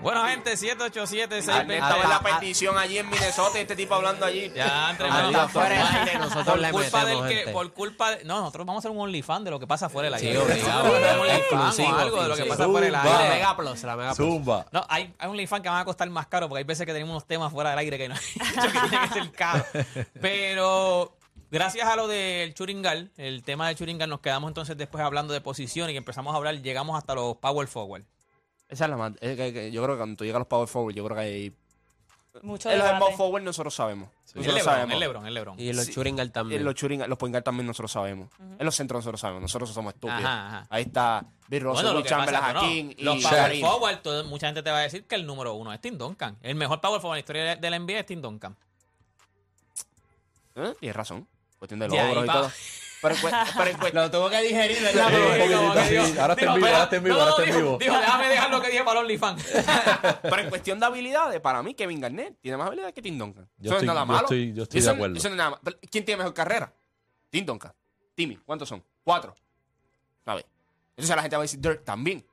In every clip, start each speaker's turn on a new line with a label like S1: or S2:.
S1: Bueno, gente, 787 620
S2: Arnett estaba en la
S1: la
S2: petición allí en Minnesota y este tipo hablando allí.
S1: Ya, entre
S3: Hasta
S1: manos.
S3: fuera del
S1: Ay,
S3: aire nosotros
S1: por
S3: le
S1: culpa
S3: metemos,
S1: del que-
S3: gente.
S1: Por culpa de- No, nosotros vamos a hacer un OnlyFans de lo que pasa fuera del aire.
S3: Sí, obligado.
S1: Nosotros un OnlyFans
S3: Exclusivo,
S1: o algo de lo que
S3: sí,
S1: pasa
S3: sí.
S1: fuera del
S3: La
S1: aire.
S3: Mega Plus, la Mega Plus.
S4: Zumba.
S1: No, hay, hay un fan que van a costar más caro porque hay veces que tenemos unos temas fuera del aire que no que tienen que ser caros. Pero gracias a lo del Churingal, el tema del Churingal, nos quedamos entonces después hablando de posición y empezamos a hablar, llegamos hasta los power forward.
S2: Esa es la más. es que- que yo creo que cuando tú llegas a los power forward, yo creo que ahí.
S5: Mucho
S2: En los
S5: debate.
S2: small forward nosotros sabemos.
S1: El
S2: Nosotros
S1: Lebron,
S2: sabemos.
S1: el Lebron, el Lebron.
S3: Y los
S2: Sí.
S3: Churingal también.
S2: En los shooting, los point guard también nosotros sabemos. En los centros nosotros sabemos. Nosotros somos estúpidos.
S1: Ajá, ajá.
S2: Ahí está Bill Russell,
S1: lo
S2: Will
S1: que
S2: Chamberlain,
S1: pasa es que no.
S2: Hakeem y
S1: Los power
S2: Karim.
S1: forward, todo- mucha gente te va a decir que el número uno es Tim Duncan. El mejor power forward en la historia de- de la NBA es Tim Duncan.
S2: ¿Eh? Tienes razón. Cuestión de
S1: De ahí
S2: logros y
S1: pa-
S2: todo. Pero en cue- pero pues, en cue-
S3: Lo tuvo que digerir, ¿verdad?
S4: Sí,
S3: Porque-
S4: poquitito,
S1: Como que
S4: sí.
S1: digo,
S4: Ahora está en
S1: digo,
S4: vivo,
S1: espera,
S4: ahora está en vivo,
S1: no,
S4: ahora
S1: no,
S4: está en
S1: digo,
S4: vivo.
S1: digo, déjame dejar lo que dije para OnlyFans.
S2: pero en cuestión de habilidades, para mí Kevin Garnett tiene más habilidades que Tim Duncan.
S4: Yo
S2: eso no es
S4: estoy-
S2: nada
S4: yo
S2: malo.
S4: estoy- yo estoy
S2: Eso
S4: de
S2: no-
S4: acuerdo.
S2: eso no es nada ma- Pero, ¿Quién tiene mejor carrera? Tim Duncan. Timmy, ¿cuántos son? Cuatro. A ver. Entonces la gente va a decir Dirk también,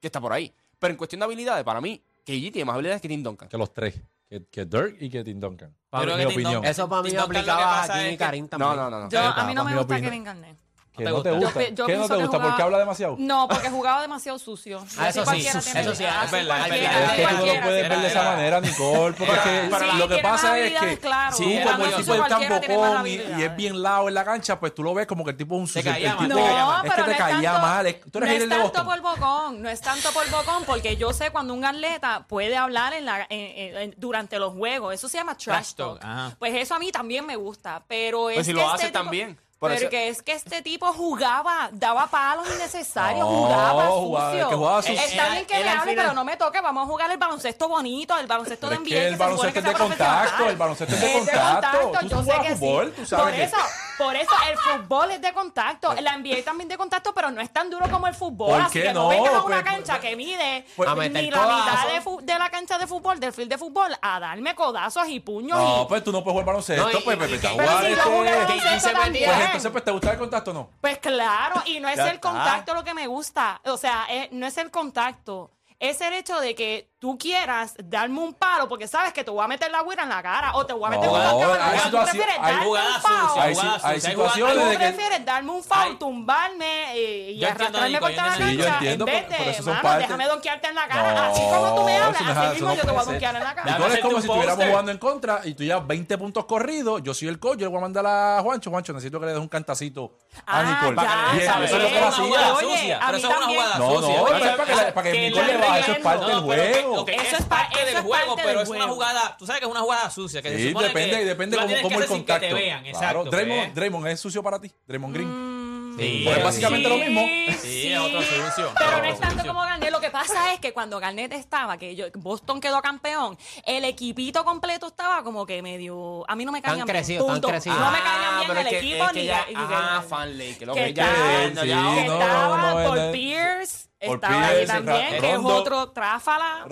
S2: que está por ahí. Pero en cuestión de habilidades, para mí, KG tiene más habilidades que Tim Duncan.
S4: Que los tres. Que, que Dirk y que Tim Duncan.
S1: Yo creo
S4: mi
S1: que Tim
S4: opinión.
S1: Duncan-
S3: Eso para mí
S1: Tim
S3: lo
S1: Duncan lo que
S3: aplicaba a
S1: pasa
S3: Hakim
S1: es
S3: y
S1: que-
S3: Karim
S2: No,
S3: también.
S2: no, no. no.
S5: Yo, a mí no
S4: Para
S5: me
S4: mi
S5: gusta
S4: opinión.
S5: Kevin Garnett.
S4: Que
S1: ¿Te
S4: no te
S1: gusta?
S4: gusta.
S5: Yo pi- yo
S4: ¿Qué no
S5: pienso
S4: te
S5: que
S4: gusta? ¿Porque
S5: jugaba-
S4: habla demasiado?
S5: No, porque jugaba demasiado sucio.
S3: Ah, eso
S5: Así
S3: sí,
S5: cualquiera
S3: eso
S5: tiene-
S3: sí,
S5: así
S3: es
S1: verdad, es
S5: cualquiera,
S1: verdad.
S4: Es que tú
S5: cualquiera,
S4: no lo puedes ver de esa
S1: era.
S4: manera, Nicole, porque es que
S2: Pero la-
S4: lo que
S5: tiene más
S4: pasa es que
S5: habilidades, claro.
S4: tú
S1: Sí, era
S4: como el
S1: más
S4: tipo es
S5: sucio,
S4: tan
S5: cualquiera tiene más
S4: bocón y, y es
S5: habilidades.
S4: bien lao en la cancha, pues tú lo ves como que el tipo es un sucio.
S1: caía
S4: el
S1: mal,
S4: tipo-
S1: te caía
S5: No,
S1: mal.
S4: es que
S5: pero
S4: te
S5: no
S4: caía
S5: es tanto,
S4: mal. es- Tú eres
S5: no
S4: el
S5: es
S4: de
S5: tanto
S4: Boston.
S5: por bocón, no es tanto por bocón, porque yo sé cuando un atleta puede hablar en la, en- en- en- durante los juegos, eso se llama trash
S1: Trash talk,
S5: talk.
S1: ajá.
S5: Pues eso a mí también me gusta, pero es
S2: Pues si
S5: que
S2: lo
S5: este
S2: hace
S5: tipo-
S2: también, por eso-
S5: porque es que este tipo jugaba, daba palos innecesarios,
S4: No,
S5: jugaba
S4: Oh, jugaba-
S5: sucio.
S4: que jugaba sucio.
S5: Está bien que
S3: Él- él
S5: me
S3: al
S5: hable,
S3: final-
S5: pero no me toque. Vamos a jugar el baloncesto bonito, el baloncesto
S4: Pero
S5: de
S4: es
S5: NBA.
S4: que el
S5: se supone
S4: baloncesto
S5: que
S4: es de
S5: sea profesional.
S4: contacto, el baloncesto es de
S5: Es
S4: contacto. Tú
S5: yo
S4: juegas
S5: sé que
S4: fútbol,
S5: sí.
S4: tú sabes
S5: Por
S4: que-
S5: eso, por eso el fútbol es de contacto. La NBA también de contacto, pero no es tan duro como el fútbol.
S4: ¿Por
S5: así
S4: qué
S5: que
S4: no?
S5: no vengas a
S4: Pues-
S5: una cancha que mide
S4: Pues-
S3: A meter
S5: ni la mitad
S3: codazos.
S5: de, fu- de la cancha de fútbol, del field de fútbol, a darme codazos y puños.
S4: No,
S5: y-
S4: pues tú no puedes jugar baloncesto,
S3: No, y-
S4: pues
S3: y-
S4: Pepe,
S3: y-
S4: te
S3: pero
S5: pero
S3: jugar,
S5: si yo
S4: aguárete.
S5: jugué
S3: que- que se
S5: baloncesto
S3: metía-
S5: también.
S4: Pues entonces, pues, ¿te gusta el contacto o no?
S5: Pues claro, y no es
S4: Ya
S5: el
S4: está.
S5: contacto lo que me gusta. O sea, eh, no es el contacto. Es el hecho de que tú quieras darme un palo porque sabes que te voy a meter la güira en la cara o te voy a meter
S4: No,
S5: un palo en la
S4: hay
S5: cara. Tú
S4: situaci-
S5: prefieres
S4: hay
S5: darme un
S1: jugadas
S5: foul.
S1: sucias,
S4: Hay
S1: hay jugadas
S4: si- hay
S1: sucias, hay jugadas-
S4: situaciones
S5: Tú
S4: de que-
S5: prefieres darme un foul,
S1: Ay.
S5: tumbarme eh, y
S1: Yo entiendo,
S5: arrastrarme
S1: Nico,
S5: por
S1: yo
S5: toda la
S1: entiendo. Sí,
S5: cancha
S1: yo
S4: entiendo,
S5: en
S4: pero-
S5: vez
S4: pero eso
S5: de,
S4: son
S5: mano,
S4: partes.
S5: déjame donkearte en la cara. así
S4: No,
S5: como tú me
S4: eso
S5: hablas,
S4: no es-
S5: así
S4: eso
S5: mismo
S4: no
S5: yo te
S4: puede
S5: voy a
S4: ser.
S5: donkear en la cara.
S4: Nicole es como
S1: hacerte
S4: si
S1: un
S4: estuviéramos
S1: póster.
S4: jugando en contra y tú llevas 20 puntos corridos. Yo soy el coach, yo le voy a mandar a Juancho. Juancho, necesito que le des un cantacito a
S5: Ah,
S4: Nicole.
S5: ya,
S4: Bien,
S5: está
S4: eso es lo que
S5: bien.
S4: él
S1: una
S4: hacía.
S1: jugada
S5: Oye,
S1: sucia.
S5: a
S1: Pero eso
S5: mí
S1: es una
S5: también.
S1: jugada
S4: No,
S1: sucia. Pero
S4: no, pero
S1: eso
S4: es para que la- para que
S1: que
S4: Nicole
S5: la
S4: le baje, eso es
S5: regla-
S4: parte del
S1: no, pero que-
S4: juego.
S1: ok,
S5: Eso
S1: es
S5: es
S1: parte
S5: parte
S1: del
S5: del
S1: juego, pero es una
S5: juego.
S1: jugada, tú sabes que es una jugada sucia. Que se
S4: Sí,
S1: supone
S4: depende,
S1: que tú
S4: depende
S1: la
S4: cómo,
S1: tienes
S4: cómo
S1: que
S4: el
S1: hacer sin
S4: contacto.
S1: Que te vean,
S4: Claro,
S1: exacto.
S4: Draymond,
S1: ¿eh?
S4: Draymond es sucio para ti, Draymond Green.
S1: Sí,
S4: Pues básicamente lo
S1: sí.
S4: mismo.
S1: Sí, es otro sucio.
S5: Pero no
S1: Otro
S5: es tanto
S1: sucio.
S5: como Garnett. Lo que pasa es que cuando Garnett estaba, que yo- Boston quedó campeón, el equipito completo estaba como que medio. A mí no me
S3: Tan
S5: caían
S3: crecido,
S5: bien.
S3: tan
S5: punto.
S3: crecido.
S5: No me
S2: Ah,
S5: caían bien
S2: pero
S5: el
S2: es que-
S5: equipo
S2: es que
S5: ni
S2: ya-
S5: la- ni
S2: Ah,
S5: la-
S2: fanley, que lo
S5: que
S2: que
S5: estaba,
S2: ya.
S4: Sí,
S2: ya,
S4: no,
S5: que
S4: no,
S5: estaba
S4: no, no,
S5: Paul
S4: no.
S5: Pierce,
S4: Paul
S5: estaba ahí
S4: Pierce,
S5: también,
S4: Ra-
S5: que es
S4: Rondo.
S5: otro tráfala.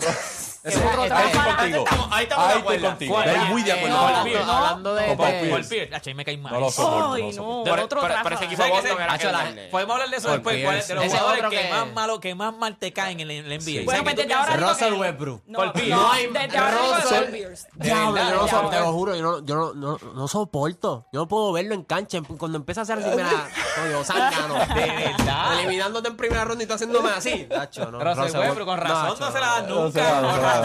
S5: que es
S4: Eso-
S5: otro
S4: ahí estoy
S5: tráfala.
S4: contigo.
S2: estamos- ahí estamos de
S4: Ahí estoy
S2: acuerdo.
S4: contigo.
S1: ¿Cuál?
S4: Ahí muy de acuerdo.
S3: No,
S4: con
S3: hablando-
S4: Pierce.
S3: hablando de...
S4: Con Paul
S3: de-
S1: Paul
S4: Pierce.
S1: Pierce, Acho, ahí me caí mal.
S4: No lo sé.
S5: Ay, no,
S2: Pero-
S5: otro
S2: pero- pero ese equipo de
S5: tráfala.
S2: Boston era
S3: Hacho,
S2: que-
S3: la-
S1: Podemos hablar de eso
S3: Paul
S1: después.
S3: Pierce.
S1: ¿Cuál es de los
S3: Ese
S1: jugadores
S3: otro
S1: que,
S3: que-
S1: más malo, que más mal te caen en el en el NBA?
S5: Bueno, pues desde ahora. digo
S3: Russell
S5: que-
S3: Westbrook.
S5: No,
S2: Paul Pierce.
S5: no,
S2: No hay-
S5: desde ahora digo que
S3: Russell-
S5: Paul Pierce.
S3: Diablo,
S1: verdad,
S3: yo no
S1: ya,
S3: soporto, te
S1: ya.
S3: lo juro, yo no, yo no, no, no soporto. Yo no puedo verlo en cancha. en- Cuando empieza a hacer así, mira, coño, sangano.
S1: De verdad.
S3: Eliminándote en primera ronda y tú haciéndome así. Tacho, no,
S1: Pero se
S3: Russell
S1: fue,
S3: Westbrook.
S1: pero con razón
S3: Tacho,
S1: no se la dan
S4: no se
S1: nunca.
S4: la dan, no
S1: Con
S4: se la dan.
S1: razón.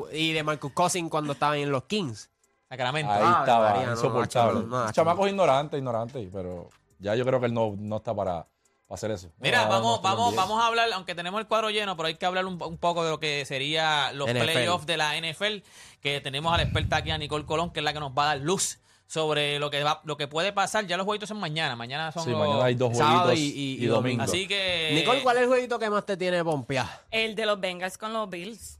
S3: Russell- y de Marcus Cousins cuando estaba en los Kings.
S1: Sacramento.
S4: Ahí
S3: Ah,
S4: estaba,
S3: María, no,
S4: insoportable.
S3: macho, no, macho.
S4: Chamacos ignorantes, ignorantes, pero ya yo creo que él no, no está para, para hacer eso.
S1: Mira,
S4: No, no
S1: vamos,
S4: está en
S1: vamos,
S4: NBA.
S1: vamos a hablar, aunque tenemos el cuadro lleno, pero hay que hablar un, un poco de lo que sería los
S3: NFL.
S1: playoffs de la NFL, que tenemos a la experta aquí, a Nicole Colón, que es la que nos va a dar luz sobre lo que va, lo que puede pasar. Ya los jueguitos son mañana, mañana son
S4: Sí,
S1: los-
S4: mañana hay dos
S3: Sábado
S4: jueguitos y,
S3: y- y- y domingo.
S4: domingo.
S1: Así que...
S3: Nicole, ¿cuál es el jueguito que más te tiene pompeada?
S5: El de los Bengals con los Bills.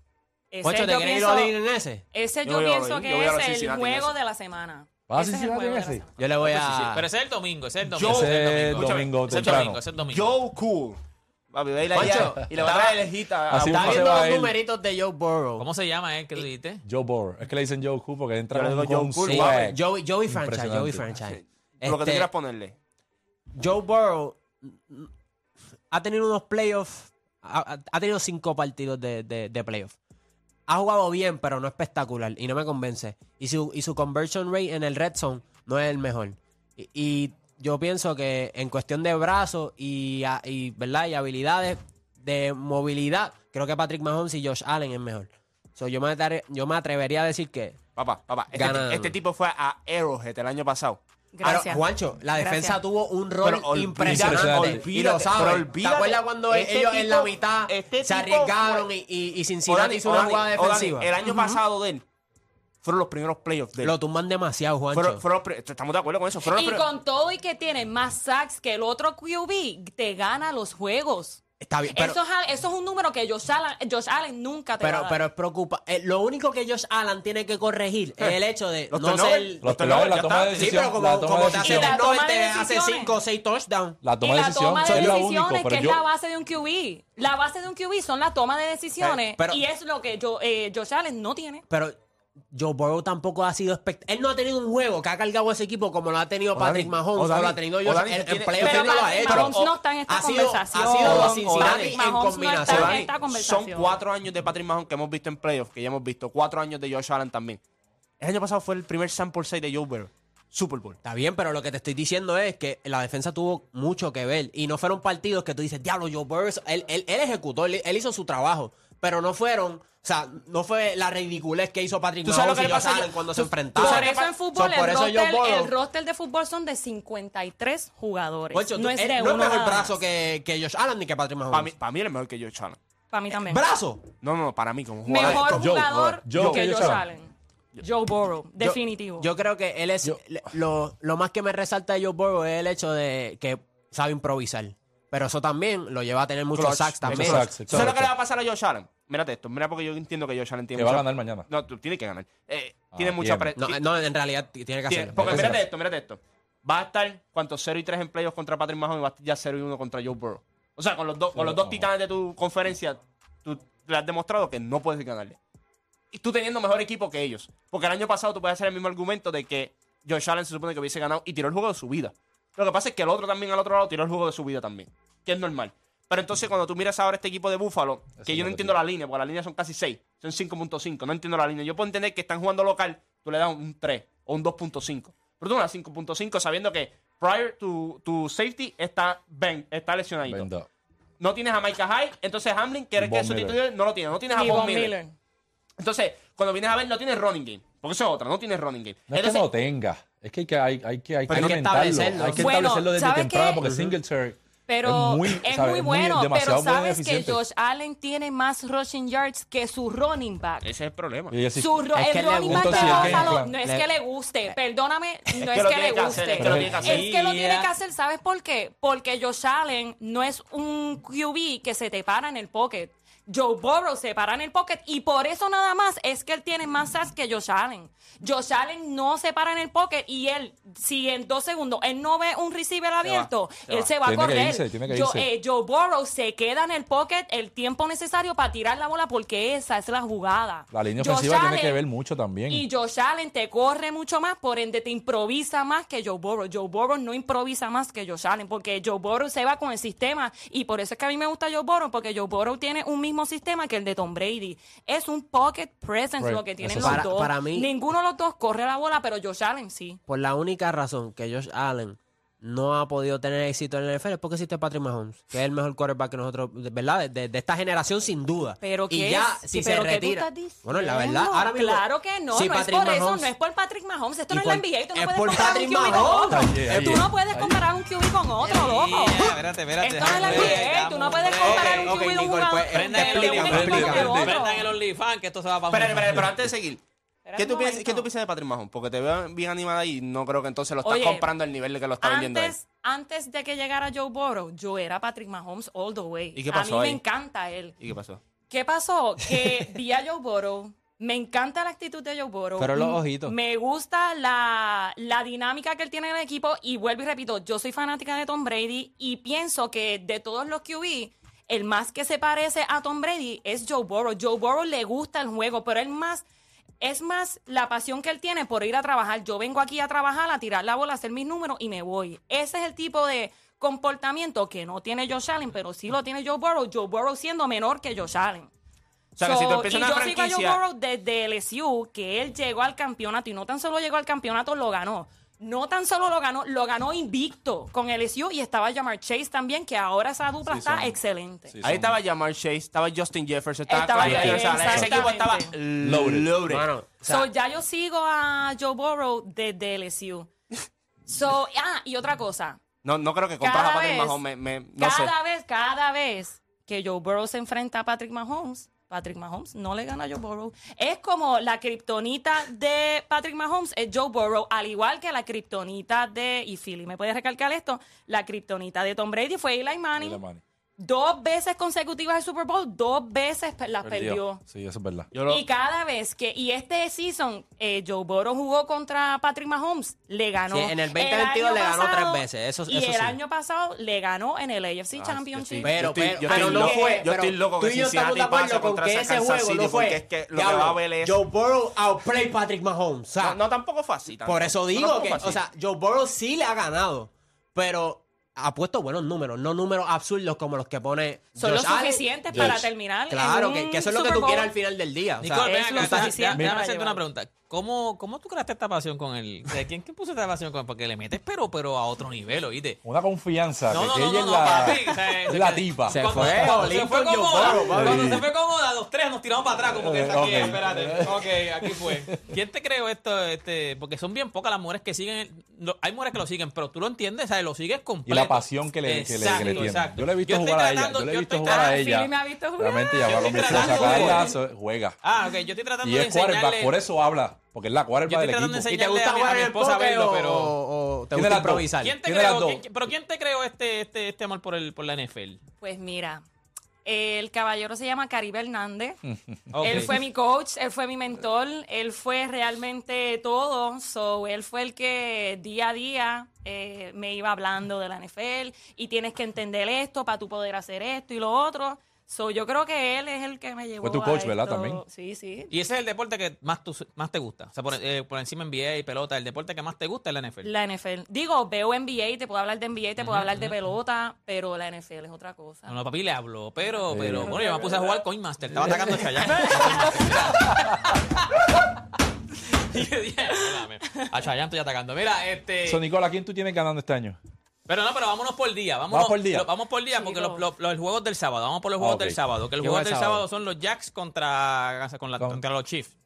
S5: Ese
S3: Ocho, ¿te
S5: yo
S3: quieres ir
S5: pienso-
S3: all in en ese?
S5: Ese
S2: Yo
S5: yo,
S2: voy a
S5: pienso
S2: Orlando,
S5: que
S2: yo voy a los
S5: es el
S2: Cincinnati en
S5: juego
S2: ese.
S5: de la semana.
S4: ¿Vas a
S5: Ese es el
S4: Cincinnati en
S5: juego de
S4: ese?
S5: la semana.
S3: Yo le voy a...
S1: Pues ah, Pero ese es el domingo, ese es el
S4: Yo-
S1: domingo. ese
S4: Ese es el
S1: Escúchame,
S4: domingo
S1: ese es el
S4: temprano.
S1: domingo, ese es el domingo.
S2: Joe Cool. Papi, ve y la
S3: Pancho,
S2: guía, y le va a traer el hit a- a-
S4: Así
S3: Está
S4: mismo se
S3: viendo
S4: va
S3: los
S4: él.
S3: numeritos de Joe Burrow.
S1: ¿Cómo se llama él que tú dijiste?
S4: Joe Burrow. Es que le dicen Joe Cool porque entra
S2: Yo le
S4: con,
S2: digo
S4: con
S2: Joe Cool,
S4: swag.
S3: Sí,
S2: Guau.
S3: Joey, Joey Franchise, Joey
S4: eh, Impresionante.
S3: Franchise.
S2: Lo que tú
S3: Este,
S2: quieras ponerle.
S3: Joe Burrow mm, ha tenido unos playoffs, ha, ha- ha tenido cinco partidos de, de, de playoffs. ha jugado bien, pero no espectacular y no me convence. Y su, y su conversion rate en el red zone no es el mejor. Y, y yo pienso que en cuestión de brazos y, a- y, ¿verdad? y habilidades de movilidad, creo que Patrick Mahomes y Josh Allen es mejor. So, yo, me atare- yo me atrevería a decir que...
S2: Papá, papá,
S3: Gana-
S2: este, este tipo fue a Arrowhead el año pasado.
S3: Ah, no, Juancho, la defensa
S5: Gracias.
S3: tuvo un rol
S2: Pero olvídate,
S3: impresionante.
S2: olvídate,
S3: y lo
S2: pero
S3: sabes. ¿Te
S2: olvídate.
S3: acuerdas cuando
S2: Este
S3: ellos en la
S2: tipo-
S3: mitad
S2: este
S3: se
S2: tipo
S3: arriesgaron
S2: fue-
S3: y, y, y Cincinnati
S2: O'Dani,
S3: hizo una
S2: O'Dani,
S3: jugada
S2: O'Dani,
S3: defensiva?
S2: el año pasado de él fueron los primeros playoffs de él.
S3: Lo tumban demasiado, Juancho.
S2: Fueron- fueron los pri- estamos de acuerdo con eso. Fueron los
S5: Y
S2: pri-
S5: con todo y que tiene más sacks que el otro QB, te gana los juegos.
S3: Está bien, pero,
S5: eso, es, al- eso es un número que Josh Allen, Josh Allen nunca te
S3: pero,
S5: va a dar.
S3: pero es preocupa. eh, lo único que Josh Allen tiene que corregir es el hecho de
S2: Eh, Los
S3: no
S2: turnovers.
S3: ser...
S4: Los
S2: Los
S4: pelones,
S2: pelones,
S4: la
S2: ya
S4: toma de
S2: está. Sí,
S3: Sí,
S4: decisión.
S3: pero
S4: la
S3: como,
S4: toma
S3: como
S4: de
S3: te hace
S4: decisión.
S5: Y la
S3: el
S5: toma
S3: 9,
S5: de
S3: te hace
S5: decisiones.
S3: 5 o 6 touchdowns.
S4: La toma
S5: y
S4: de
S5: la
S4: decisión.
S5: toma
S4: eso
S5: de
S4: es la
S5: decisiones,
S4: único.
S5: que
S4: Pero
S5: es
S4: yo,
S5: la base de un QB. La base de un QB son la toma de decisiones.
S3: Eh, pero-
S5: y es lo que yo, eh, Josh Allen no tiene.
S3: Pero Joe Burrow tampoco ha sido espectacular. Él no ha tenido un juego que ha cargado a ese equipo como lo ha tenido
S2: O'Dani,
S3: Patrick Mahomes o
S2: O'Dani,
S3: lo ha tenido yo.
S2: O'Dani,
S3: El,
S2: tiene-
S3: el playoff
S5: Pero
S3: él no lo ha
S5: Patrick
S3: hecho.
S5: Mahomes no está en esta
S3: ha sido,
S5: conversación.
S3: Ha sido
S2: O'Dani,
S3: Cincinnati
S5: O'Dani,
S3: en
S5: Mahomes no está
S3: combinación.
S5: en
S2: O'Dani,
S5: esta conversación.
S2: son cuatro años de Patrick Mahomes que hemos visto en playoffs, que ya hemos visto. Cuatro años de Josh Allen también. El año pasado fue el primer sample 6 de Joe Burrow. Super Bowl.
S3: Está bien, pero lo que te estoy diciendo es que la defensa tuvo mucho que ver y no fueron partidos que tú dices, diablo, Joe Burrow, es- él, él, él ejecutó, él, él hizo su trabajo, pero no fueron, o sea, no fue la ridiculez que hizo Patrick
S2: ¿Tú sabes
S3: Mahomes
S2: lo que
S3: y
S2: le
S3: Josh
S2: pasa a
S3: Allen
S2: Joe-
S3: cuando
S2: tú-
S3: se
S2: tú
S3: enfrentaron.
S5: Por
S2: sabes
S5: eso en fútbol,
S3: So, por
S5: el,
S3: eso Joe
S5: roster,
S3: Burrow-
S5: el roster de fútbol son de 53 jugadores.
S3: Ocho, tú-
S5: Pues, no es
S3: él
S5: de
S3: no es
S5: uno
S3: mejor
S5: nada
S3: brazo
S5: más.
S3: que, que Josh Allen ni que Patrick Mahomes.
S2: Para mí, para mí él es mejor que Josh Allen.
S5: Para mí también.
S3: ¡Brazo!
S2: No, no, no, para mí como jugador.
S5: Mejor
S4: Joe,
S5: jugador
S4: Joe, Joe,
S5: que
S4: Joe
S5: Josh
S4: Allen.
S5: Allen. Joe Burrow, definitivo.
S3: Yo creo que él es.
S4: Yo-
S3: le- lo, lo más que me resalta de Joe Burrow es el hecho de que sabe improvisar. Pero eso también lo lleva a tener muchos
S2: Clutch,
S3: sacks también.
S2: muchos
S4: sacks,
S2: ¿Tú ¿Sabes lo que
S4: exacto.
S2: le va a pasar a Josh Allen? Mírate esto, mira porque yo entiendo que Josh Allen tiene
S4: que va a
S2: mucha-
S4: ganar mañana.
S2: No, tú tienes que ganar. Eh,
S4: Ah,
S2: tiene mucha
S4: bien.
S2: presión.
S3: No, no, en realidad t- tiene que hacerlo. Pues
S2: porque
S3: Tiene que
S2: mírate esto, mírate esto. Va a estar cuanto 0 y 3 en playoffs contra Patrick Mahomes y va a estar ya 0 y 1 contra Joe Burrow. O sea, con los, dos- con los dos
S4: Ojo.
S2: titanes de tu conferencia, tú le has demostrado que no puedes ganarle. Y tú teniendo mejor equipo que ellos. Porque el año pasado tú puedes hacer el mismo argumento de que Josh Allen se supone que hubiese ganado y tiró el juego de su vida. Lo que pasa es que el otro también al otro lado tiró el juego de su vida también. Que es normal. Pero entonces cuando tú miras ahora este equipo de Búfalo, que
S4: es
S2: yo
S4: lo
S2: no
S4: que
S2: entiendo la línea, porque la línea son casi 6, son 5.5, no entiendo la línea. Yo puedo entender que están jugando local, tú le das un 3 o un 2.5. Pero tú una 5.5 sabiendo que prior tu, tu safety está, ben, está lesionadito.
S4: Vendo.
S2: No tienes a Micah Hyde, entonces Hamlin, que eres
S4: Von
S2: que
S4: Miller.
S2: sustituye, no lo tienes. No tienes a
S5: Ni
S2: Von
S5: Von
S2: Miller.
S5: Miller.
S2: Entonces, cuando vienes a ver, no tienes running game. Porque eso es otra, no tienes running game.
S4: No es que
S2: Entonces,
S4: no tenga, es que hay que, hay, hay que, hay que
S3: Pero hay que
S4: alimentarlo,
S3: establecerlo.
S4: Hay que
S5: Bueno,
S4: establecerlo desde
S5: ¿sabes
S4: temprano
S5: qué?
S4: porque Singletary
S5: Pero es muy,
S4: ¿sabes? Es muy-
S5: bueno, pero
S4: demasiado buen
S5: sabes que
S4: eficiente.
S5: Josh Allen tiene más rushing yards que su running back.
S2: ese es el problema.
S4: Y así-
S5: Su ro-
S3: es que
S5: el
S3: le
S5: running back de
S4: gusta, sí, es que-
S5: Buffalo
S4: en
S5: no es
S3: plan-
S5: que le guste, perdóname, no
S2: que
S5: es
S2: lo
S5: que
S2: tiene
S5: le
S2: que hacer,
S5: guste.
S2: es que lo tiene que hacer.
S5: Es que lo tiene que
S1: Yeah.
S5: hacer, ¿sabes por qué? Porque Josh Allen no es un QB que se te para en el pocket. Joe Burrow se para en el pocket y por eso nada más es que él tiene más sacks que Josh Allen. Josh Allen no se para en el pocket y él, si en dos segundos él no ve un receiver abierto,
S2: se
S5: él
S2: va.
S5: se va
S4: Tiene
S5: a
S4: que
S5: correr.
S4: irse, tiene que
S5: Joe-
S4: irse.
S5: eh, Joe Burrow se queda en el pocket el tiempo necesario para tirar la bola porque esa es la jugada.
S4: la línea
S5: Josh
S4: ofensiva tiene
S5: Allen-
S4: que ver mucho también.
S5: Y Josh Allen te corre mucho más, por ende te improvisa más que Joe Burrow. Joe Burrow no improvisa más que Josh Allen, porque Joe Burrow se va con el sistema. Y por eso es que a mí me gusta Joe Burrow, porque Joe Burrow tiene un mismo sistema que el de Tom Brady. Es un pocket presence
S4: Right.
S5: lo que tienen
S4: Eso
S3: sí.
S5: los
S3: Para-
S5: dos.
S3: para mí-
S5: Ninguno de los dos corre la bola, pero Josh Allen sí.
S3: hacer. Por la única razón que Josh Allen no ha podido tener éxito en el NFL es porque existe Patrick Mahomes, que es el mejor quarterback que nosotros, de- ¿verdad? De, de- de esta generación, sin duda.
S5: Pero
S3: y
S5: qué
S3: ya,
S5: es?
S3: si
S5: ¿Pero
S3: se
S5: qué tú
S3: retira.
S5: estás diciendo?
S3: Bueno, la verdad, ahora mismo.
S5: Claro que no,
S3: si
S5: no
S3: Patrick
S5: es por
S3: Mahomes-
S5: eso, no es por Patrick Mahomes. Esto
S3: Y
S5: no es la
S3: por-
S5: NBA, tú no
S3: es
S5: puedes
S3: por
S5: comparar
S3: Patrick
S5: un QB con otro.
S3: Mahomes. Ahí,
S5: Tú
S3: ahí.
S5: no puedes comparar un QB con otro, loco.
S1: Yeah, espérate, espérate.
S5: Esto no es la
S1: déjame
S5: NBA,
S1: ver,
S5: tú
S1: dame
S5: no
S1: un
S5: puedes
S1: break.
S5: comparar un
S1: Ok,
S5: QB de un
S1: ok,
S5: jugador.
S1: pues, Prendan
S5: de un
S1: el
S5: equipo
S1: OnlyFans,
S5: con
S1: prendan el
S5: otro.
S1: prendan el OnlyFans, que esto se va para
S2: Espera, espera, espera, antes de seguir. ¿Qué tú,
S5: un
S2: piensas,
S5: momento.
S2: ¿Qué tú piensas de Patrick Mahomes? Porque te veo bien animada y no creo que entonces lo estás
S5: Oye,
S2: comprando al nivel de que lo está vendiendo él.
S5: Antes, antes de que llegara Joe Burrow, yo era Patrick Mahomes all the way.
S2: ¿Y qué
S5: a
S2: pasó
S5: mí me
S2: ahí?
S5: encanta él.
S2: ¿Y qué pasó?
S5: ¿Qué pasó? Que vi a Joe Burrow. Me encanta la actitud de Joe Burrow.
S1: Pero los
S5: Mm,
S1: ojitos.
S5: Me gusta la, la dinámica que él tiene en el equipo. Y vuelvo y repito, yo soy fanática de Tom Brady y pienso que de todos los QB, el más que se parece a Tom Brady es Joe Burrow. Joe Burrow le gusta el juego, pero el más... Es más, la pasión que él tiene por ir a trabajar. Yo vengo aquí a trabajar, a tirar la bola, a hacer mis números y me voy. Ese es el tipo de comportamiento que no tiene Josh Allen, pero sí lo tiene Joe Burrow. Joe Burrow siendo menor que Josh Allen.
S2: O sea, que si tú empiezas
S5: y
S2: una
S5: yo sigo a Joe
S2: franquicia.
S5: Burrow desde LSU, que él llegó al campeonato y no tan solo llegó al campeonato, lo ganó. No tan solo lo ganó, lo ganó invicto con LSU y estaba Jamar Chase también, que ahora esa dupla
S4: Sí,
S5: está
S4: son-
S5: excelente.
S4: Sí,
S2: Ahí
S4: son-
S2: estaba Jamar Chase, estaba Justin Jefferson, estaba,
S5: Estaba
S2: Clyde
S5: Jefferson,
S2: Edwards-Helaire. Ese equipo estaba
S4: Loaded.
S2: loaded.
S3: Mano, o sea,
S5: so, ya yo sigo a Joe Burrow desde LSU. So, ah, y otra cosa.
S2: No, no creo que compras a
S5: Cada
S2: Patrick
S5: vez-
S2: Mahomes. Me, me- no sé.
S5: cada vez, cada vez que Joe Burrow se enfrenta a Patrick Mahomes, Patrick Mahomes no le gana a Joe Burrow. Es como la kriptonita de Patrick Mahomes es Joe Burrow, al igual que la kriptonita de, y Philly, ¿me puedes recalcar esto? La kriptonita de Tom Brady fue Eli Manning.
S4: Mira, Manny.
S5: Dos veces consecutivas al Super Bowl, dos veces pe- las perdió.
S4: Sí, eso es verdad.
S2: Yo lo-
S5: Y cada vez que, y este season, eh, Joe Burrow jugó contra Patrick Mahomes, le ganó.
S3: Sí, en el
S5: año
S3: 2022 le ganó tres veces, eso-
S5: y
S3: eso
S5: el
S3: sí. Pues,
S5: año pasado le ganó en el AFC
S2: Ah, yo
S5: Championship.
S2: estoy-
S3: Pero-
S2: yo estoy-
S3: pero-
S2: yo
S3: pero
S2: estoy
S3: no
S2: loco-
S3: fue,
S2: Yo
S3: pero
S2: estoy loco
S3: tú
S2: que
S3: y yo estamos de
S2: Cincinnati pasa
S3: acuerdo con
S2: contra
S3: que
S2: ese
S3: ese
S2: Kansas
S3: juego
S2: City
S3: no
S2: porque es
S3: fue.
S2: que lo que
S3: Diablo,
S2: va a ver es...
S3: Joe Burrow outplay Patrick Mahomes. o sea,
S2: No, no, tampoco fue así. tampoco.
S3: por eso
S2: No,
S3: digo
S2: tampoco
S3: que,
S2: fue así.
S3: o sea, Joe Burrow sí le ha ganado, pero ha puesto buenos números, no números absurdos como los que pone.
S5: Son
S3: Josh
S5: los
S3: Allen.
S5: suficientes para terminar en
S3: Claro, que,
S5: un
S3: que eso es lo que
S5: Super
S3: tú quieres
S5: Bowl.
S3: al final del día. o sea, eh,
S1: Nicole, ven
S5: es
S1: acá,
S5: lo
S1: deja-
S5: suficiente
S1: déjame
S5: para
S1: hacerte
S5: llevar.
S1: una pregunta. ¿Cómo, ¿Cómo tú creaste esta pasión con él? ¿De quién, quién puso esta pasión con él? Porque le metes pero, pero a otro nivel, oíste.
S4: Una confianza.
S1: No,
S4: de
S1: no,
S4: que
S1: no,
S4: ella
S1: no, no,
S4: es
S1: papi. O sea,
S4: la, es
S1: se
S4: la
S1: queda-
S4: tipa.
S3: Se
S1: Cuando-
S3: fue,
S1: cuando
S3: Olin
S1: se fue
S3: con
S1: con
S3: Joe
S1: Oda,
S3: Burrow, papi.
S1: Cuando se fue con Oda, los tres nos tiramos para atrás, como que
S4: Eh,
S1: está aquí,
S4: ok.
S1: espérate. Ok, aquí fue. ¿Quién te creó esto? Este, porque son bien pocas las mujeres que siguen. el- lo- hay mujeres que lo siguen, pero tú lo entiendes, ¿sabes? Lo sigues completo.
S4: Y la pasión que le, que le, que le tiene. Yo le he visto
S1: estoy
S4: jugar a ella.
S1: tratando-
S4: Yo le he
S1: yo
S4: visto
S1: estoy
S4: jugar a
S5: tratando-
S4: ella.
S5: Ah, Philly me ha visto jugar.
S4: Realmente ella
S1: Yo
S4: va
S1: estoy
S4: con mi esposa,
S1: tratando de-
S4: Carla, so- juega.
S1: Ah, ok, yo estoy tratando
S4: Y
S1: de
S4: es quarterback,
S1: enseñarle.
S4: por eso habla. Porque es la
S1: Yo
S4: quarterback
S1: estoy
S4: del
S1: tratando de
S4: equipo.
S3: ¿Y te
S1: enseñarle
S3: gusta
S1: a mi, a
S3: jugar
S1: mi
S3: en el
S1: esposa a
S3: poker
S1: verlo,
S3: o,
S1: pero.
S3: o- o te
S4: Tiene
S3: gusta
S4: las dos.
S3: improvisar?
S1: ¿Quién te
S4: Tiene las
S1: creó?
S4: dos.
S1: ¿Quién- ¿Pero quién te creó este, este, este amor por, el, por la NFL?
S5: Pues mira, el caballero se llama Caribe Hernández.
S1: Ok.
S5: Él fue mi coach, él fue mi mentor, él fue realmente todo. So, él fue el que día a día eh, me iba hablando de la NFL y tienes que entender esto para tú poder hacer esto y lo otro. So, yo creo que él es el que me llevó.
S4: Fue tu
S5: a
S4: coach, ¿verdad,
S5: esto.
S4: también?
S5: Sí, sí.
S1: Y ese es el deporte que más, tú- más te gusta. O sea, por, eh, por encima NBA y pelota, el deporte que más te gusta es la NFL.
S5: La NFL. Digo, veo NBA, te puedo hablar de NBA, te puedo hablar de pelota, pero la NFL es otra cosa.
S1: No, no, papi le habló, pero, pero bueno, yo me puse a jugar Coin Master. Estaba atacando el Chayanne. Y yo dije, "Espérame, a Chayanne estoy atacando. Mira, este.
S4: So, Nicola, ¿quién tú tienes ganando este año?
S1: Pero no, pero vámonos por día. Vámonos,
S4: Vamos por día.
S1: lo- vamos por día
S5: Sí,
S1: porque
S5: no.
S1: los, los- los juegos del sábado. Vamos por los juegos
S4: Ah, ok.
S1: del sábado. Que los
S3: ¿Qué
S1: juegos
S3: juega
S1: del
S3: el
S1: sábado?
S3: sábado?
S1: son los Jacks contra, con la-
S4: Con-
S1: contra los Chiefs.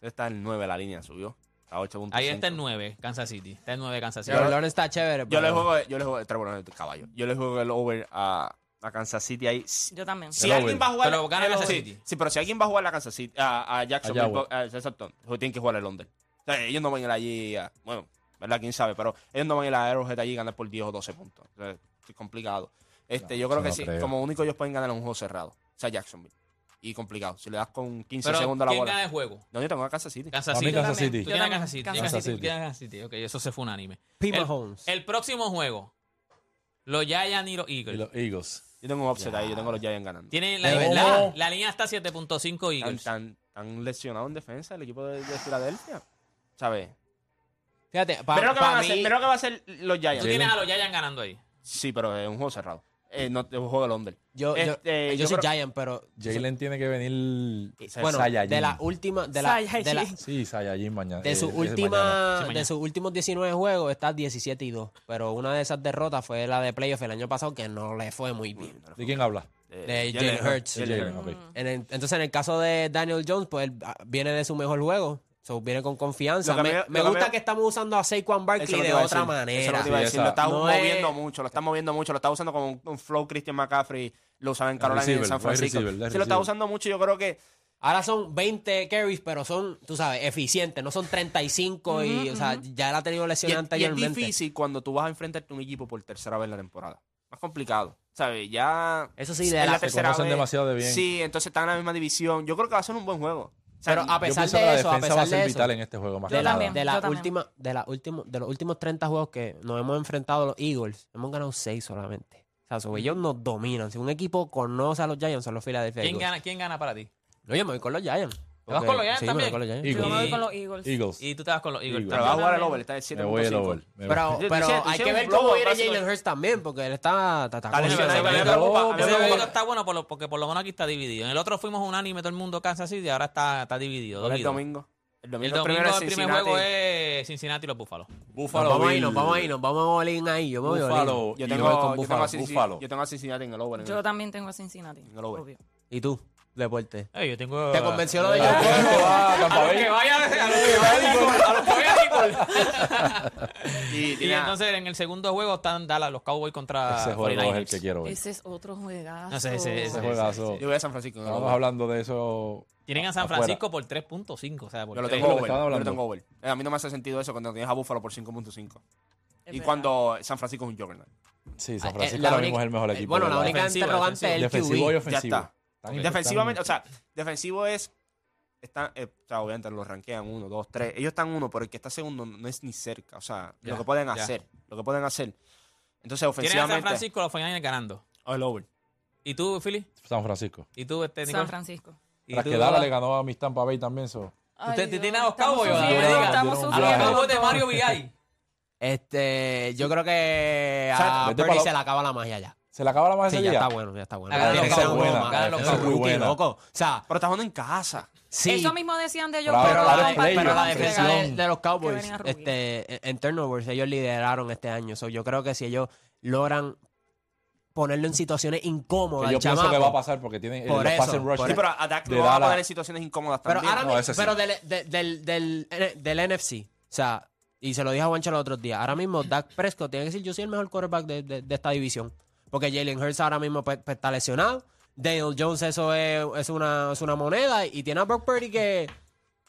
S2: Está el 9 la línea, subió. A 8.5.
S1: Ahí está el 9, Kansas City. Está el 9, Kansas City.
S3: Pero Lawrence está chévere.
S2: Yo
S3: pero-
S2: le juego, yo le juego, tres, bueno, el caballo. Yo le juego el over a, a Kansas City ahí. Si
S5: Yo también.
S2: si
S4: El
S2: alguien
S4: over.
S2: va a jugar
S1: Pero gana
S2: el
S1: Kansas
S2: over.
S1: City.
S2: Sí, pero si alguien va a jugar a Kansas City, a, a Jacksonville,
S4: Allá, güey.
S2: a- exacto, pues tienen que jugar el under. O sea, ellos no van a ir allí, a- bueno, ¿verdad? Quién sabe, pero ellos no van a ir a Arrowhead allí y ganar por 10 o 12 puntos. O sea, es complicado. Este, yo creo
S4: eso
S2: que
S4: no
S2: sí,
S4: creo.
S2: como único ellos pueden ganar en un juego cerrado, o sea, Jacksonville. Y complicado, si le das con 15
S1: Pero,
S2: segundos a la
S1: ¿quién
S2: bola.
S1: gana el juego?
S2: No, yo tengo a Kansas City.
S1: Kansas
S4: Para mí
S1: City.
S4: Kansas
S1: también.
S4: City.
S1: Tú tienes a Kansas
S5: Yo
S1: City.
S5: también,
S1: Kansas
S4: Kansas
S1: City.
S4: City.
S1: tú tienes a Kansas City. Ok, eso se fue unánime.
S3: P.
S1: El-
S3: Mahomes.
S1: El próximo juego. Los Giants y los
S4: Y
S1: Eagles.
S4: los Eagles.
S2: Yo tengo un offset ahí, yo tengo a los Giants ganando.
S1: Tienen la,
S4: De
S1: la-
S4: verdad.
S1: la línea está 7.5
S2: Tan,
S1: Eagles.
S2: tan, tan lesionado en defensa el equipo de, de Filadelfia. ¿Sabes?
S3: Fíjate,
S2: Mira
S3: para
S2: lo que van a
S3: mí...
S2: hacer, mira lo que va a hacer los
S1: Tú
S2: Giants.
S1: tienes a los Giants ganando ahí.
S2: Sí, pero es un juego cerrado. Eh, no, es un juego del under.
S3: Yo, yo-
S2: Este,
S3: yo
S2: yo
S3: soy
S2: creo-
S3: Giant, pero.
S4: Jalen tiene que venir.
S3: Eh, Bueno,
S4: Saiyajin.
S3: de la última. De, la, de, la-
S5: Saiyajin.
S4: Sí, Saiyajin mañana.
S3: de su
S4: eh, mañana.
S3: última,
S1: Sí, mañana.
S3: de sus últimos 19 juegos está 17 y 2. Pero una de esas derrotas fue la de playoff el año pasado que no le fue muy bien.
S4: ¿De quién habla?
S3: De
S2: eh, Jalen
S3: Jalen Hurts. Mm,
S4: De Jalen,
S2: Mm.
S4: ok.
S3: En el- entonces, en el caso de Daniel Jones, pues él ah, viene de su mejor juego. So, viene con confianza.
S2: Lo que
S3: Me,
S2: me-
S3: me
S2: lo que
S3: gusta
S2: me-
S3: que estamos usando a Saquon
S2: Eso
S3: Barkley
S2: es lo que
S3: de
S2: iba a
S3: otra
S2: decir. Eso es lo que te iba a
S3: manera.
S4: Sí,
S2: decir.
S4: esa-
S2: Lo está
S3: No
S2: moviendo
S3: es-
S2: mucho, lo está moviendo mucho, lo está usando como un, un flow Christian McCaffrey, lo usaba en Carolina y en
S4: receiver,
S2: San
S4: wide
S2: Francisco.
S4: receiver, wide
S2: sí, lo está
S4: receiver.
S2: usando mucho, yo creo que
S3: Ahora son 20 carries, pero son, tú sabes, eficientes. No son 35 y, o sea, ya la ha tenido
S2: Y es-
S3: lesiones
S2: y es,
S3: anteriormente.
S2: difícil cuando tú vas a enfrentarte a un equipo por tercera vez en la temporada. Más complicado. ¿Sabes? Ya.
S3: Eso sí, de
S2: es
S3: la-
S2: la
S3: Se
S2: tercera
S4: conocen
S2: vez.
S4: demasiado de bien.
S2: Sí, entonces están en la misma división. Yo creo que va a ser un buen juego. O sea,
S3: Pero a
S4: Yo
S3: pesar
S4: pienso que la
S3: de eso, a
S4: defensa va a
S3: pesar
S4: ser
S3: de eso.
S4: vital en este juego más
S5: Yo
S4: que nada.
S5: también.
S3: de la
S5: también.
S3: última de la última de los últimos 30 juegos que nos hemos enfrentado los Eagles hemos ganado 6 solamente o sea so, ellos nos dominan si un equipo conoce a los Giants son los Philadelphia
S1: ¿Quién
S3: Eagles.
S1: gana, ¿Quién gana para ti?
S3: no yo me voy con los Giants
S1: Te vas
S3: Ok,
S1: con los Giants
S3: sí, me voy
S1: también.
S3: con los Giants.
S5: Yo me voy
S1: Y-
S5: con los Eagles.
S4: Eagles.
S1: Y tú te vas con los Eagles.
S2: Pero
S1: también.
S2: va a jugar el
S5: también.
S2: over, está en
S4: Me voy el over.
S2: 7.5.
S4: me voy.
S3: Pero,
S2: Tú
S3: pero
S2: hiciste- tú
S3: hay que
S2: hiciste
S3: ver
S2: un
S3: cómo
S2: blowout,
S3: viene
S2: parece
S3: Jalen
S2: que-
S3: Hurts también, porque él está... está, está
S2: Está
S1: Ese-
S2: lesionado,
S1: ese-
S2: me
S1: ese-
S2: preocupa,
S1: ese-
S2: me
S1: ese-
S2: preocupa.
S1: ese- está bueno por lo- porque por lo menos aquí está dividido. En el otro fuimos unánime todo el mundo Kansas City, ahora está, está dividido.
S2: Juega El
S1: dividido.
S2: domingo. El
S1: El
S2: domingo,
S1: domingo
S2: primero es
S1: el primer
S2: Cincinnati.
S1: juego eh. es Cincinnati y los Búfalos.
S3: Nos
S4: Buffalo.
S3: vamos ahí,
S4: Bill.
S3: nos vamos ahí, nos vamos a Bolín ahí. Yo me voy a Bolín.
S4: Buffalo.
S2: Yo
S4: Oh, y
S2: tengo,
S4: voy con
S2: yo, tengo
S4: Buffalo.
S2: a Cincinnati,
S4: Buffalo.
S2: yo tengo a Cincinnati en el over.
S5: Yo también tengo a Cincinnati.
S2: En el over.
S5: obvio.
S3: ¿Y tú? Deporte.
S1: Eh, yo tengo.
S3: ¿Te convenció lo de
S4: Ah,
S3: Joe Burrow?
S4: ah, Tampa
S1: A los
S4: Bay.
S1: que vaya a los que vaya a los que vaya
S2: Y,
S1: Y
S2: tiene a-
S1: entonces en el segundo juego están Dallas, los Cowboys contra
S4: Ese juego es el
S1: 49ers.
S4: que quiero ver.
S5: Ese es otro juegazo.
S1: No sé, ese-
S4: Ese
S1: ese-
S4: juegazo.
S2: yo voy a San Francisco. en el
S4: Estábamos
S2: over.
S4: hablando de eso.
S1: Tienen a San
S4: Afuera.
S1: Francisco por 3.5. O sea, por
S2: Yo lo
S1: tres.
S2: tengo
S4: lo que
S2: over.
S4: estaban
S2: Yo lo
S4: hablando.
S2: tengo over. Eh, A mí no me hace sentido eso cuando tienes a Buffalo por 5.5.
S5: Es
S2: Y
S5: verdad.
S2: cuando San Francisco es un juggernaut.
S4: Sí,
S3: Ah,
S4: San
S3: eh,
S4: Francisco
S3: la
S4: ahora
S3: única-
S4: mismo es el mejor
S3: eh,
S4: equipo.
S3: Bueno,
S4: de
S3: la única
S1: Defensivo,
S3: interrogante es el
S4: Defensivo y
S3: QB.
S2: Ya
S4: ofensivo.
S2: está. Defensivamente, o sea, defensivo es. Están, eh, o sea, obviamente los ranquean uno, dos, tres. Ellos están uno, pero el que está segundo no es ni cerca. O sea,
S1: Ya,
S2: lo que pueden
S1: ya.
S2: hacer. Lo que pueden hacer.
S1: Tienen a
S2: Entonces,
S1: San
S2: ofensivamente.
S1: Francisco, los 49ers ganando.
S2: All over.
S1: ¿Y tú, Philly?
S4: San Francisco.
S1: ¿Y tú, este,
S5: San
S1: Nicole?
S5: Francisco.
S1: ¿Y
S4: Tras
S1: tú,
S4: que Dallas
S1: Dallas?
S4: le ganó a mis Tampa Bay también. so.
S5: Ay,
S1: ¿Usted
S5: Dios,
S1: tiene a los
S5: estamos
S1: Cowboys o a los
S5: sufriendo,
S1: Giants?
S5: estamos
S4: Yo no-
S1: A los
S5: sufriendo.
S1: Cowboys de Mario VI.
S3: Este, yo creo que
S4: sea,
S3: a
S4: vete
S3: Purdy
S4: pa' lo-
S3: se le acaba la magia ya.
S4: ¿Se le acaba la magia
S3: Sí,
S4: ese
S3: ya
S4: día?
S3: está bueno, ya está bueno.
S1: Ganan
S3: Tiene
S1: los
S3: que ser un
S1: Cowboys,
S3: juego más.
S1: ganan los
S3: Ese es
S1: Cowboys.
S3: rookie,
S4: Buena.
S3: loco. O sea,
S2: Pero está jugando en casa.
S3: sí.
S5: Eso mismo decían de ellos.
S4: Bravo,
S3: Pero,
S4: Pero
S3: la,
S4: la-
S3: pero la
S4: playoff,
S3: defensa de,
S4: presión.
S3: de los
S5: Que
S3: Cowboys
S5: venía rubia.
S3: este, en- en turnovers, ellos lideraron este año. So, yo creo que si ellos logran ponerlo en situaciones incómodas,
S4: Que yo
S3: al
S4: pienso que
S3: chamaco,
S4: va a pasar porque tienen eh,
S3: Por
S4: los
S3: eso,
S4: pass and rush.
S3: por
S2: Sí, pero a Dak
S4: de
S2: lo van a
S4: Dallas.
S2: poner en situaciones incómodas
S3: Pero
S2: también.
S3: ahora
S4: No,
S3: mi-
S4: ese sí.
S3: pero del, de- del, del, eh, del NFC, o sea, y se lo dije a Juancho los otros días, ahora mismo Dak Prescott tiene que decir, yo soy el mejor quarterback de, de- de esta división, porque Jalen Hurts ahora mismo pues, pues, está lesionado, Daniel Jones eso es, es una, es una moneda, y tiene a Brock Purdy que,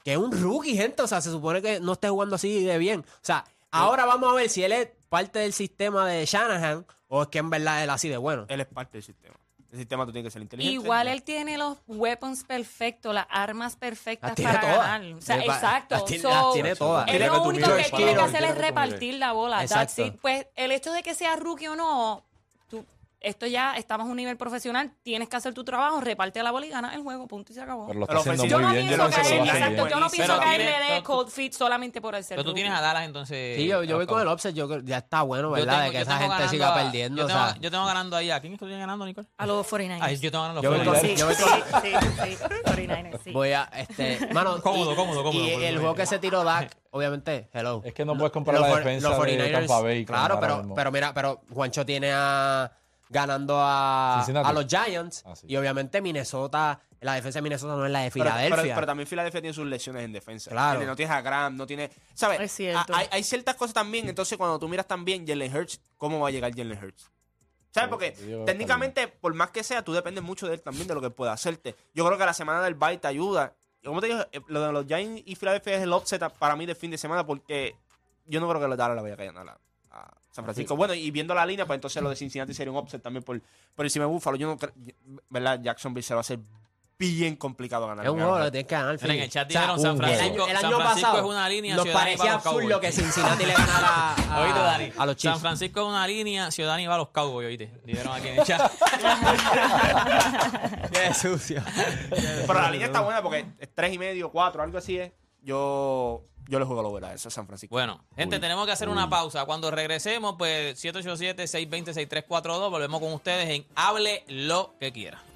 S3: que es un rookie, gente, o sea, se supone que no esté jugando así de bien, o sea, ahora vamos a ver si él es parte del sistema de Shanahan o es que en verdad él así de bueno.
S2: Él es parte del sistema. El sistema tú tienes que ser inteligente.
S5: Igual él tiene los weapons perfectos, las armas perfectas
S3: Las tiene
S5: para
S3: todas.
S5: ganar. O sea,
S3: Las
S5: exacto.
S3: tiene-
S5: So,
S3: las tiene todas.
S5: Él
S2: Tiene
S5: lo
S2: que tu
S5: único
S2: mira
S5: que
S2: es
S5: tiene que
S2: para-
S5: hacer es
S4: tiene que tu
S5: repartir la bola. That's
S3: Exacto.
S5: it. Pues el hecho de que sea rookie o no, tú- esto ya estamos a un nivel profesional, tienes que hacer tu trabajo, reparte la bola y ganas el juego, punto y se acabó.
S4: Pero lo está
S2: Pero
S4: haciendo
S2: ofensivo.
S5: Yo
S4: muy
S5: no
S4: bien.
S5: pienso
S4: creo que lo
S5: caerle,
S4: va a hacer
S5: exacto,
S4: bien.
S5: yo no pienso
S1: Pero
S5: caerle
S1: tiene-
S5: de cold feet solamente por el ser
S1: Pero tú
S5: rookie.
S1: tienes a Dallas, entonces.
S3: Sí, yo, yo voy con el offset, yo creo- ya está bueno, ¿verdad? de que esa gente siga perdiendo.
S1: Yo
S3: o
S1: tengo,
S3: sea.
S1: yo tengo ganando ahí. ¿A quién es que tú tienes ganando, Nicole?
S5: A los 49ers.
S1: Ay, yo tengo ganando
S3: Yo
S1: los
S3: voy
S1: Phillies.
S3: con-
S5: sí,
S3: yo voy
S5: sí, sí, sí, 49ers, sí.
S3: Voy a, este, mano,
S1: Cómodo, cómodo,
S3: y-
S1: cómodo,
S3: Y
S1: cómodo,
S3: el
S1: cómodo.
S3: juego que se tiró Dak, obviamente, hello.
S4: Es que no puedes comparar la
S3: for-
S4: defensa
S3: los
S4: de
S3: 49ers,
S4: Tampa Bay con
S3: Claro,
S4: ahora
S3: pero,
S4: mismo.
S3: pero mira, pero Juancho tiene a ganando a,
S4: Cincinnati.
S3: a los Giants
S4: Ah, sí.
S3: y obviamente Minnesota, la defensa de Minnesota no es la de
S2: Pero,
S3: Filadelfia.
S2: pero- pero también Filadelfia tiene sus lesiones en defensa.
S3: Claro.
S2: ¿Entiendes? No tienes a Graham, no tienes. ¿Sabes?
S5: Es cierto.
S2: A- Hay, hay ciertas cosas también. Entonces, cuando tú miras también Jalen Hurts, ¿cómo va a llegar Jalen Hurts? ¿Sabes?
S4: Sí,
S2: Porque
S4: sí, yo
S2: técnicamente, por más que sea, tú dependes mucho de él también, de lo que pueda hacerte. Yo creo que la semana del bye te ayuda. Como te digo, eh, lo de los Giants y Filadelfia es el offset a- para mí del fin de semana porque yo no creo que los Dallas la vaya a ganar a, a
S3: Ah,
S2: San Francisco. Bueno, y viendo la línea, pues entonces lo de Cincinnati sería un offset también por, por encima de Buffalo. Yo no creo, ¿verdad? Jacksonville se va a hacer bien complicado ganar.
S3: es un juego que tienes que ganar.
S1: Mira, En
S3: Philly.
S1: el chat
S3: O sea,
S1: dijeron San
S4: un juego.
S1: Francisco.
S3: el año
S1: San Francisco
S3: pasado
S1: es una línea
S3: nos
S1: Ciudadani
S3: parecía
S1: para los
S3: absurdo
S1: Cowboys.
S3: que Cincinnati le ganara a,
S1: Oíste, Dani.
S3: a los Chiefs.
S1: San Francisco es una línea, Ciudad y va a los Cowboys, oíste. Dijeron aquí en el chat.
S3: Qué sucio.
S2: Pero la línea está buena porque es 3 y medio, 4, algo así es. Yo, yo le juego a over a eso, a San Francisco.
S1: Bueno, gente, tenemos que hacer una pausa. Cuando regresemos, pues 787-620-6342, volvemos con ustedes en Hable lo que quiera.